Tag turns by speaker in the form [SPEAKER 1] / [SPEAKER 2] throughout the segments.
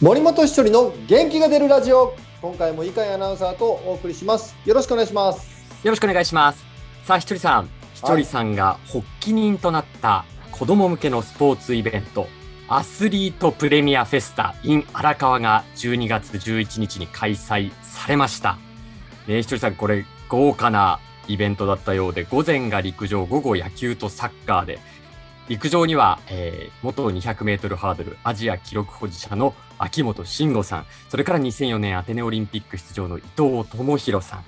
[SPEAKER 1] 森本一人の元気が出るラジオ今回も井上アナウンサーとお送りしますよろしくお願いします
[SPEAKER 2] よろしくお願いします。さあ、ひとりさん。ひとりさんが発起人となった子供向けのスポーツイベント、アスリートプレミアフェスタ in 荒川が12月11日に開催されました。ねえ、ひとりさん、これ豪華なイベントだったようで、午前が陸上、午後野球とサッカーで、陸上には、えー元200メートルハードルアジア記録保持者の秋元慎吾さん、それから2004年アテネオリンピック出場の伊藤智博さん、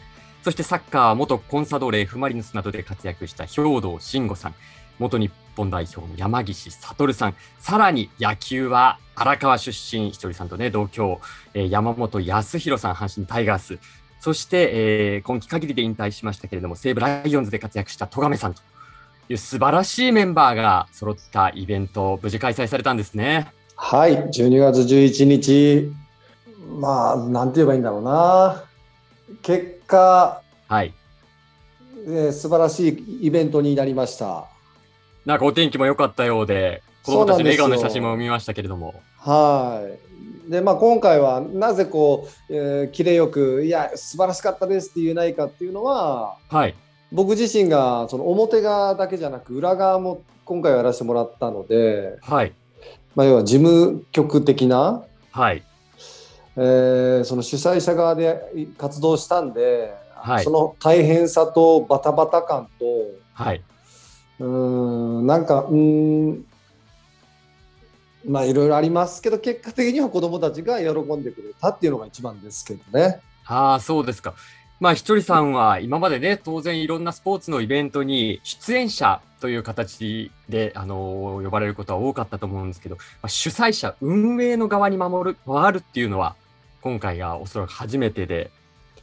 [SPEAKER 2] そしてサッカーは元コンサドーレ F ・マリノスなどで活躍した兵藤慎吾さん、元日本代表の山岸悟さん、さらに野球は荒川出身、ひとりさんとね、同郷、えー山本康弘さん、阪神タイガース、そして、えー今季限りで引退しましたけれども、西武ライオンズで活躍した戸亀さんという素晴らしいメンバーが揃ったイベント、無事開催されたんですね。
[SPEAKER 1] はい12月11日まあなんて言えばいいんだろうな結果、
[SPEAKER 2] はい。
[SPEAKER 1] えー素晴らしいイベントになりました
[SPEAKER 2] なんかお天気も良かったようで、子供たちの笑顔の写真も見ましたけれども。
[SPEAKER 1] はい。でまあ、今回はなぜこう、えー、キレよく「いや素晴らしかったです」って言えないかっていうのは
[SPEAKER 2] はい。
[SPEAKER 1] 僕自身がその表側だけじゃなく裏側も今回はやらせてもらったので、
[SPEAKER 2] はい。
[SPEAKER 1] まあ、要は事務局的な、
[SPEAKER 2] はい。
[SPEAKER 1] えーその主催者側でい活動したんで、
[SPEAKER 2] はい
[SPEAKER 1] その大変さとバタバタ感と
[SPEAKER 2] はい。
[SPEAKER 1] うーんなんかうーんまあいろいろありますけど結果的には子どもたちが喜んでくれたっていうのが一番ですけどね。
[SPEAKER 2] ああ、そうですか。まあ、ひとりさんは今までね、当然いろんなスポーツのイベントに出演者という形で、あのー呼ばれることは多かったと思うんですけど、まあ、主催者、運営の側に守る、回るっていうのは、今回がおそらく初めてで、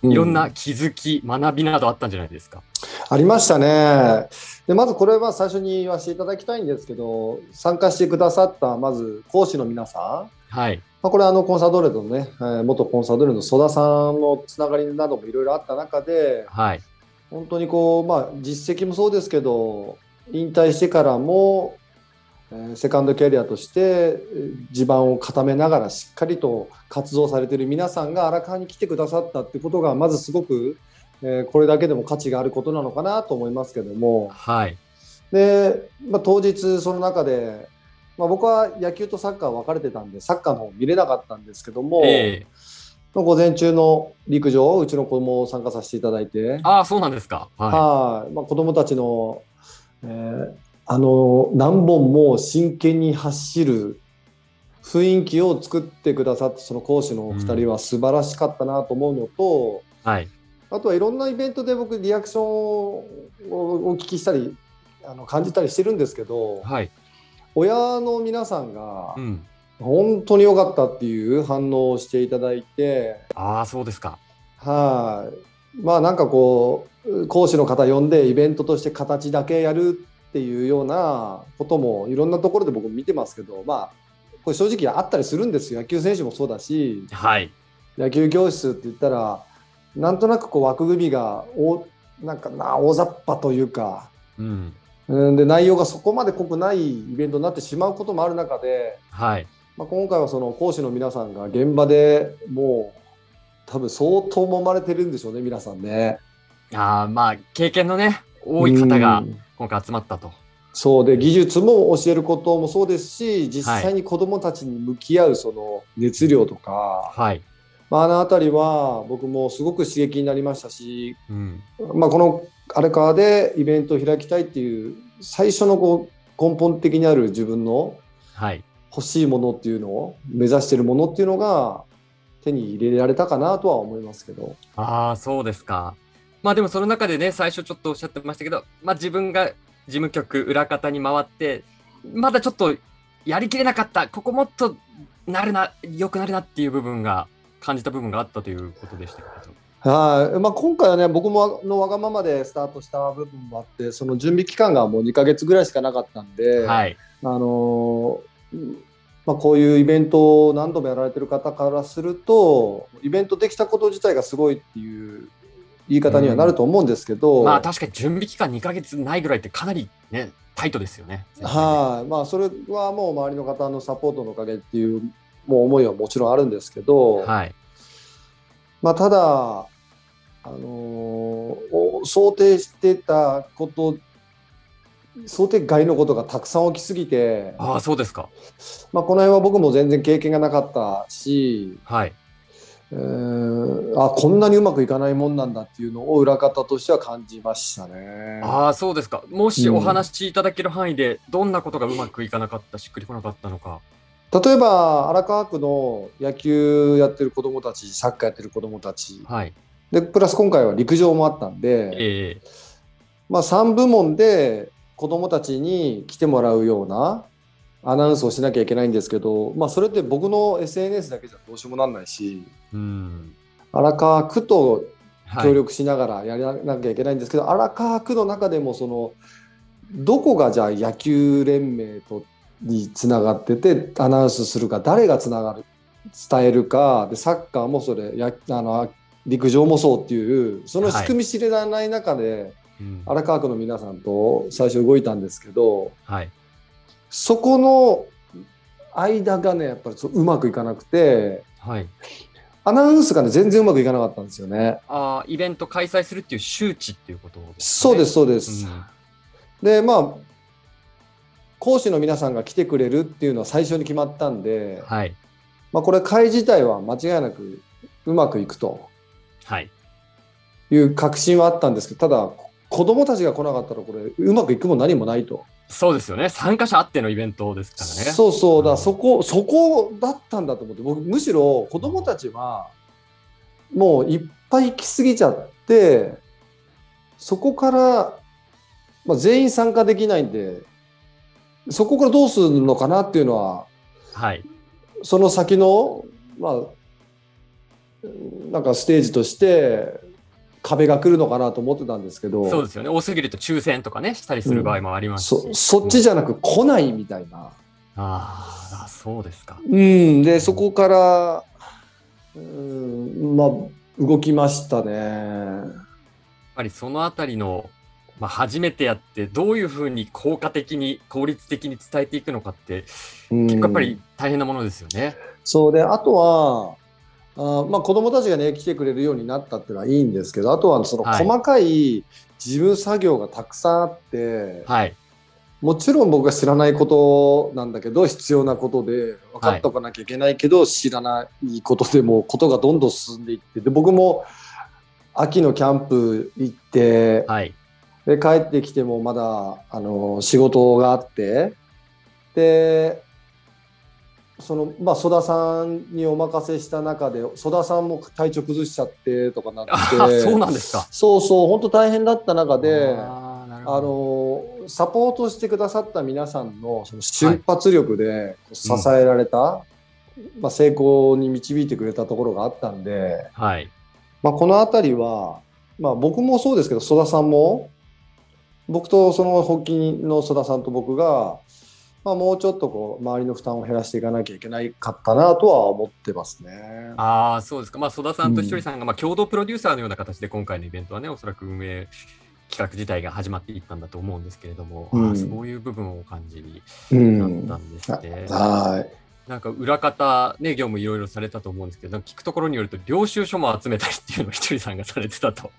[SPEAKER 2] いろん
[SPEAKER 1] う
[SPEAKER 2] な気づき、学びなどあったんじゃないですか。
[SPEAKER 1] ありましたねでまずこれは最初に言わせていただきたいんですけど参加してくださったまず講師の皆さん、
[SPEAKER 2] はい。
[SPEAKER 1] まあ、これはあのコンサドーレのね、えー元コンサドーレの曽田さんのつながりなどもいろいろあった中で
[SPEAKER 2] はい。
[SPEAKER 1] 本当にこう、まあ、実績もそうですけど引退してからも、えーセカンドキャリアとしてえー地盤を固めながらしっかりと活動されている皆さんが荒川に来てくださったってことがまずすごく、えーこれだけでも価値があることなのかなと思いますけども
[SPEAKER 2] はい。
[SPEAKER 1] で、まあ、当日その中で、まあ、僕は野球とサッカー分かれてたんでサッカーの方見れなかったんですけども、
[SPEAKER 2] ええ
[SPEAKER 1] 午前中の陸上うちの子も参加させていただいて。
[SPEAKER 2] ああ、そうなんですか。は
[SPEAKER 1] はい、まあ、子供たちの、えーあの何本も真剣に走る雰囲気を作ってくださったその講師のお二人は素晴らしかったなと思うのと、
[SPEAKER 2] い。はい。
[SPEAKER 1] あとはいろんなイベントで僕リアクションをお聞きしたりあの感じたりしてるんですけど、
[SPEAKER 2] はい。
[SPEAKER 1] 親の皆さんが
[SPEAKER 2] うん。
[SPEAKER 1] 本当に良かったっていう反応をしていただいて。
[SPEAKER 2] ああ、そうですか。
[SPEAKER 1] はい、まあなんかこう講師の方呼んでイベントとして形だけやるっていうようなこともいろんなところで僕見てますけどまあこれ正直あったりするんですよ野球選手もそうだし
[SPEAKER 2] はい。
[SPEAKER 1] 野球教室って言ったらなんとなくこう枠組みが大なんかな大雑把というか
[SPEAKER 2] うん。
[SPEAKER 1] うんで内容がそこまで濃くないイベントになってしまうこともある中で、
[SPEAKER 2] はい。
[SPEAKER 1] まあ、今回はその講師の皆さんが現場でもう多分相当揉まれてるんでしょうね皆さんね。
[SPEAKER 2] ああ、まあ、経験のね、多い方が
[SPEAKER 1] うん
[SPEAKER 2] 今回集まったと。
[SPEAKER 1] そうで技術も教えることもそうですし実際に子どもたちに向き合うその熱量とか、
[SPEAKER 2] はい。
[SPEAKER 1] まあ、あの辺りは僕もすごく刺激になりましたし、
[SPEAKER 2] うん。
[SPEAKER 1] まあ、この荒川でイベントを開きたいっていう最初のこう根本的にある自分の
[SPEAKER 2] はい。
[SPEAKER 1] 欲しいものっていうのを目指してるものっていうのが手に入れられたかなとは思いますけど。
[SPEAKER 2] ああ、そうですか。まあでもその中でね、最初ちょっとおっしゃってましたけど、まあ自分が事務局裏方に回って、まだちょっとやりきれなかった、ここもっとなるな、良くなるなっていう部分が、感じた部分があったということでしたけど。
[SPEAKER 1] はいまあ、今回はね僕ものわがままでスタートした部分もあってその準備期間がもう2ヶ月ぐらいしかなかったんで、
[SPEAKER 2] はい。
[SPEAKER 1] あのーまあ、こういうイベントを何度もやられてる方からするとイベントできたこと自体がすごいっていう言い方にはなると思うんですけど、
[SPEAKER 2] まあ確かに準備期間2ヶ月ないぐらいってかなりね、タイトですよね。
[SPEAKER 1] はいまあ、それはもう周りの方のサポートのおかげっていうもう思いはもちろんあるんですけど、
[SPEAKER 2] はい。
[SPEAKER 1] まあ、ただ、あのーお想定してたこと想定外のことがたくさん起きすぎて
[SPEAKER 2] ああ、そうですか。
[SPEAKER 1] まあ、この辺は僕も全然経験がなかったし、
[SPEAKER 2] はい。
[SPEAKER 1] えーあこんなにうまくいかないもんなんだっていうのを裏方としては感じましたね。
[SPEAKER 2] ああ、そうですか。もし
[SPEAKER 1] うん
[SPEAKER 2] お話しいただける範囲で、どんなことがうまくいかなかった、しっくりこなかったのか。
[SPEAKER 1] 例えば荒川区の野球やってる子どもたちサッカーやってる子どもたち
[SPEAKER 2] はい。
[SPEAKER 1] でプラス今回は陸上もあったんで、
[SPEAKER 2] ええ
[SPEAKER 1] まあ、3部門で子どもたちに来てもらうようなアナウンスをしなきゃいけないんですけど、まあ、それって僕の SNS だけじゃどうしようもなんないし
[SPEAKER 2] うん。
[SPEAKER 1] 荒川区と
[SPEAKER 2] はい
[SPEAKER 1] 協。力しながらやらなきゃいけないんですけど、荒川区の中でもそのどこがじゃあ野球連盟とにつながっててアナウンスするか誰がつながる伝えるかでサッカーもそれやあの陸上もそうっていうその仕組み知らない中で、
[SPEAKER 2] うん
[SPEAKER 1] 荒川区の皆さんと最初動いたんですけど
[SPEAKER 2] はい。
[SPEAKER 1] そこの間がねやっぱりそううまくいかなくて
[SPEAKER 2] はい。
[SPEAKER 1] アナウンスがね全然うまくいかなかったんですよね。
[SPEAKER 2] ああ、イベント開催するっていう周知っていうことですね
[SPEAKER 1] そうです。そうです、
[SPEAKER 2] うん
[SPEAKER 1] でまあ講師の皆さんが来てくれるっていうのは最初に決まったんで、
[SPEAKER 2] はい。
[SPEAKER 1] まあ、これ会自体は間違いなくうまくいくと
[SPEAKER 2] はい。
[SPEAKER 1] いう確信はあったんですけどただこ子どもたちが来なかったらこれうまくいくも何もないと、
[SPEAKER 2] そうですよね。参加者あってのイベントですからね。
[SPEAKER 1] そうそうだ、
[SPEAKER 2] うん
[SPEAKER 1] そこそこだったんだと思って僕むしろ子どもたちはもういっぱい来すぎちゃってそこから、まあ、全員参加できないんでそこからどうするのかなっていうのは
[SPEAKER 2] はい。
[SPEAKER 1] その先の、まあうん、なんかステージとして壁が来るのかなと思ってたんですけど
[SPEAKER 2] そうですよね。多すぎると抽選とかね、したりする場合もありますし。
[SPEAKER 1] そそっちじゃなく来ないみたいな、
[SPEAKER 2] ああ、そうですか。
[SPEAKER 1] うん、でそこから、うん、まあ動きましたね。
[SPEAKER 2] やっぱりそのあたりの、まあ、初めてやって、どういうふうに効果的に、効率的に伝えていくのかって、
[SPEAKER 1] うん
[SPEAKER 2] 結構やっぱり大変なものですよね。
[SPEAKER 1] そうであとはあーまあ、子どもたちが、ね、来てくれるようになったっていうのはいいんですけどあとはその
[SPEAKER 2] はい
[SPEAKER 1] 細かい事務作業がたくさんあって、
[SPEAKER 2] はい。
[SPEAKER 1] もちろん僕が知らないことなんだけど必要なことで分かっておかなきゃいけないけど、知らないことでもことがどんどん進んでいってで僕も秋のキャンプ行って、
[SPEAKER 2] はい。
[SPEAKER 1] で帰ってきてもまだあの仕事があってでそのまあ曽田さんにお任せした中で曽田さんも体調崩しちゃってとかなって
[SPEAKER 2] ああ、そうなんですか。
[SPEAKER 1] そうそう本当大変だった中で。
[SPEAKER 2] あーなるほ
[SPEAKER 1] あ
[SPEAKER 2] ど
[SPEAKER 1] のサポートしてくださった皆さんのその瞬発力でこう支えられた、まあ、成功に導いてくれたところがあったんで、
[SPEAKER 2] はい。
[SPEAKER 1] まあ、この辺りは、まあ、僕もそうですけど曽田さんも僕とその発起の曽田さんと僕が、まあ、もうちょっとこう周りの負担を減らしていかなきゃいけないかったなとは思ってますね。
[SPEAKER 2] ああ、そうですか。まあ、曽田さんとひとりさんが、まあ、共同プロデューサーのような形で、今回のイベントはね、おそらく運営企画自体が始まっていったんだと思うんですけれども、
[SPEAKER 1] うん
[SPEAKER 2] ああそういう部分をお感じに
[SPEAKER 1] う
[SPEAKER 2] なった
[SPEAKER 1] ん、
[SPEAKER 2] んですね。
[SPEAKER 1] はい
[SPEAKER 2] なんか裏方、ね、業務いろいろされたと思うんですけど、なんか聞くところによると、領収書も集めたりっていうのをひとりさんがされてたと。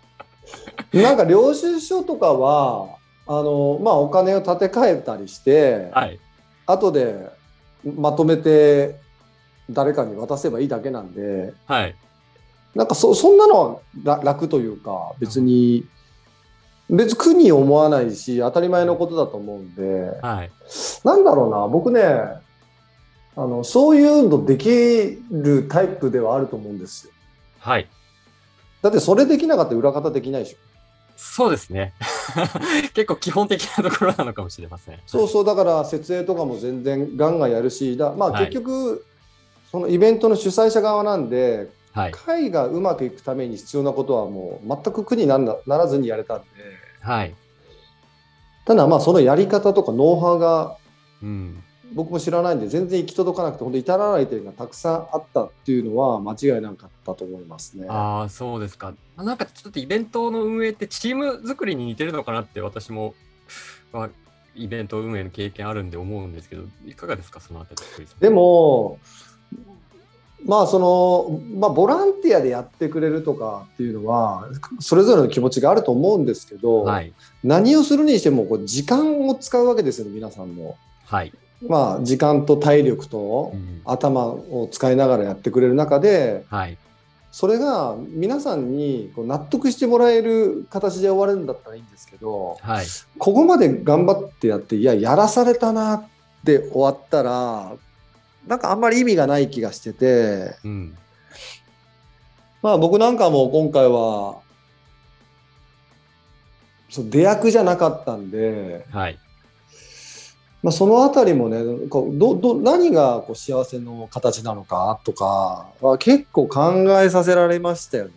[SPEAKER 1] なんか領収書とかはあの、まあ、お金を立て替えたりして、
[SPEAKER 2] はい。
[SPEAKER 1] 後でまとめて誰かに渡せばいいだけなんで
[SPEAKER 2] はい。
[SPEAKER 1] なんかそそんなのはら楽というか別に、別に苦に思わないし当たり前のことだと思うんで
[SPEAKER 2] はい。
[SPEAKER 1] なんだろうな僕ねあのそういうのできるタイプではあると思うんですよ。
[SPEAKER 2] はい。
[SPEAKER 1] だってそれできなかったら裏方できないでしょ。
[SPEAKER 2] そうですね。 結構基本的なところなのかもしれません。
[SPEAKER 1] そうそうだから設営とかも全然ガンガンやるしだまあ
[SPEAKER 2] はい
[SPEAKER 1] 結局、そのイベントの主催者側なんで
[SPEAKER 2] はい。
[SPEAKER 1] 会がうまくいくために必要なことはもう全く苦になんなならずにやれたんで
[SPEAKER 2] はい。
[SPEAKER 1] ただまあそのやり方とかノウハウが
[SPEAKER 2] うん。
[SPEAKER 1] 僕も知らないんで全然行き届かなくて本当至らない点がたくさんあったっていうのは間違いなかったと思いますね。
[SPEAKER 2] ああ、そうですか。なんかちょっとイベントの運営ってチーム作りに似てるのかなって私も、まあ、イベント運営の経験あるんで思うんですけど、いかがですか、そのあたり。
[SPEAKER 1] でもまあそのまあ、ボランティアでやってくれるとかっていうのはそれぞれの気持ちがあると思うんですけど、
[SPEAKER 2] はい。
[SPEAKER 1] 何をするにしてもこう時間を使うわけですよね皆さんも。
[SPEAKER 2] はい。
[SPEAKER 1] まあ、時間と体力と
[SPEAKER 2] うん
[SPEAKER 1] 頭を使いながらやってくれる中で
[SPEAKER 2] はい。
[SPEAKER 1] それが皆さんにこう納得してもらえる形で終わるんだったらいいんですけど
[SPEAKER 2] はい。
[SPEAKER 1] ここまで頑張ってやっていややらされたなって終わったらなんかあんまり意味がない気がしてて
[SPEAKER 2] うん。
[SPEAKER 1] まあ僕なんかも今回はそう出役じゃなかったんで、
[SPEAKER 2] はい。
[SPEAKER 1] まあ、そのあたりもねこうどど何がこう幸せの形なのかとかは結構考えさせられましたよね。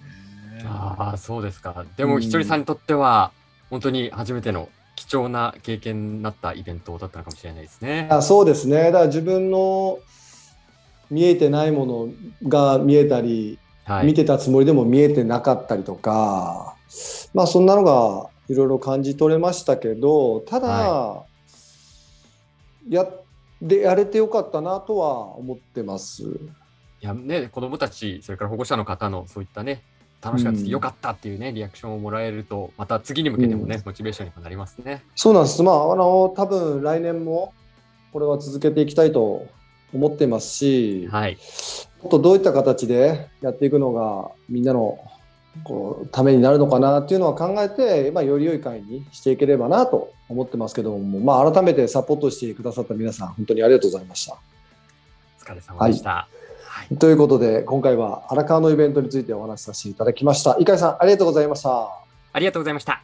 [SPEAKER 2] ああ、そうですか。で
[SPEAKER 1] う
[SPEAKER 2] も、
[SPEAKER 1] ん
[SPEAKER 2] ひとりさんにとっては、本当に初めての貴重な経験になったイベントだったのかもしれないですね。
[SPEAKER 1] あそうですねだから自分の見えてないものが見えたり、
[SPEAKER 2] は
[SPEAKER 1] 見
[SPEAKER 2] い。
[SPEAKER 1] てたつもりでも見えてなかったりとかまあそんなのがいろいろ感じ取れましたけどただ、
[SPEAKER 2] は
[SPEAKER 1] やでやれてよかったなとは思ってます。
[SPEAKER 2] いや、ね、子供たち、それから保護者の方の、そういったね、楽しかった
[SPEAKER 1] う
[SPEAKER 2] で
[SPEAKER 1] ん
[SPEAKER 2] す、よかったっていうね、リアクションをもらえると、また次に向けてもね、
[SPEAKER 1] う
[SPEAKER 2] モチベーションにもなりますね。
[SPEAKER 1] そうなんです。まあ、あの、多分来年もこれは続けていきたいと思ってますし、
[SPEAKER 2] はい。
[SPEAKER 1] もっとどういった形でやっていくのがみんなのこうためになるのかなっていうのは考えて、まあ、より良い会にしていければなと思ってますけども、まあ、改めてサポートしてくださった皆さん、本当にありがとうございました。
[SPEAKER 2] お疲れ様でした。はい。
[SPEAKER 1] ということで、今回は荒川のイベントについてお話しさせていただきました。井上さん、ありがとうございました。
[SPEAKER 2] ありがとうございました。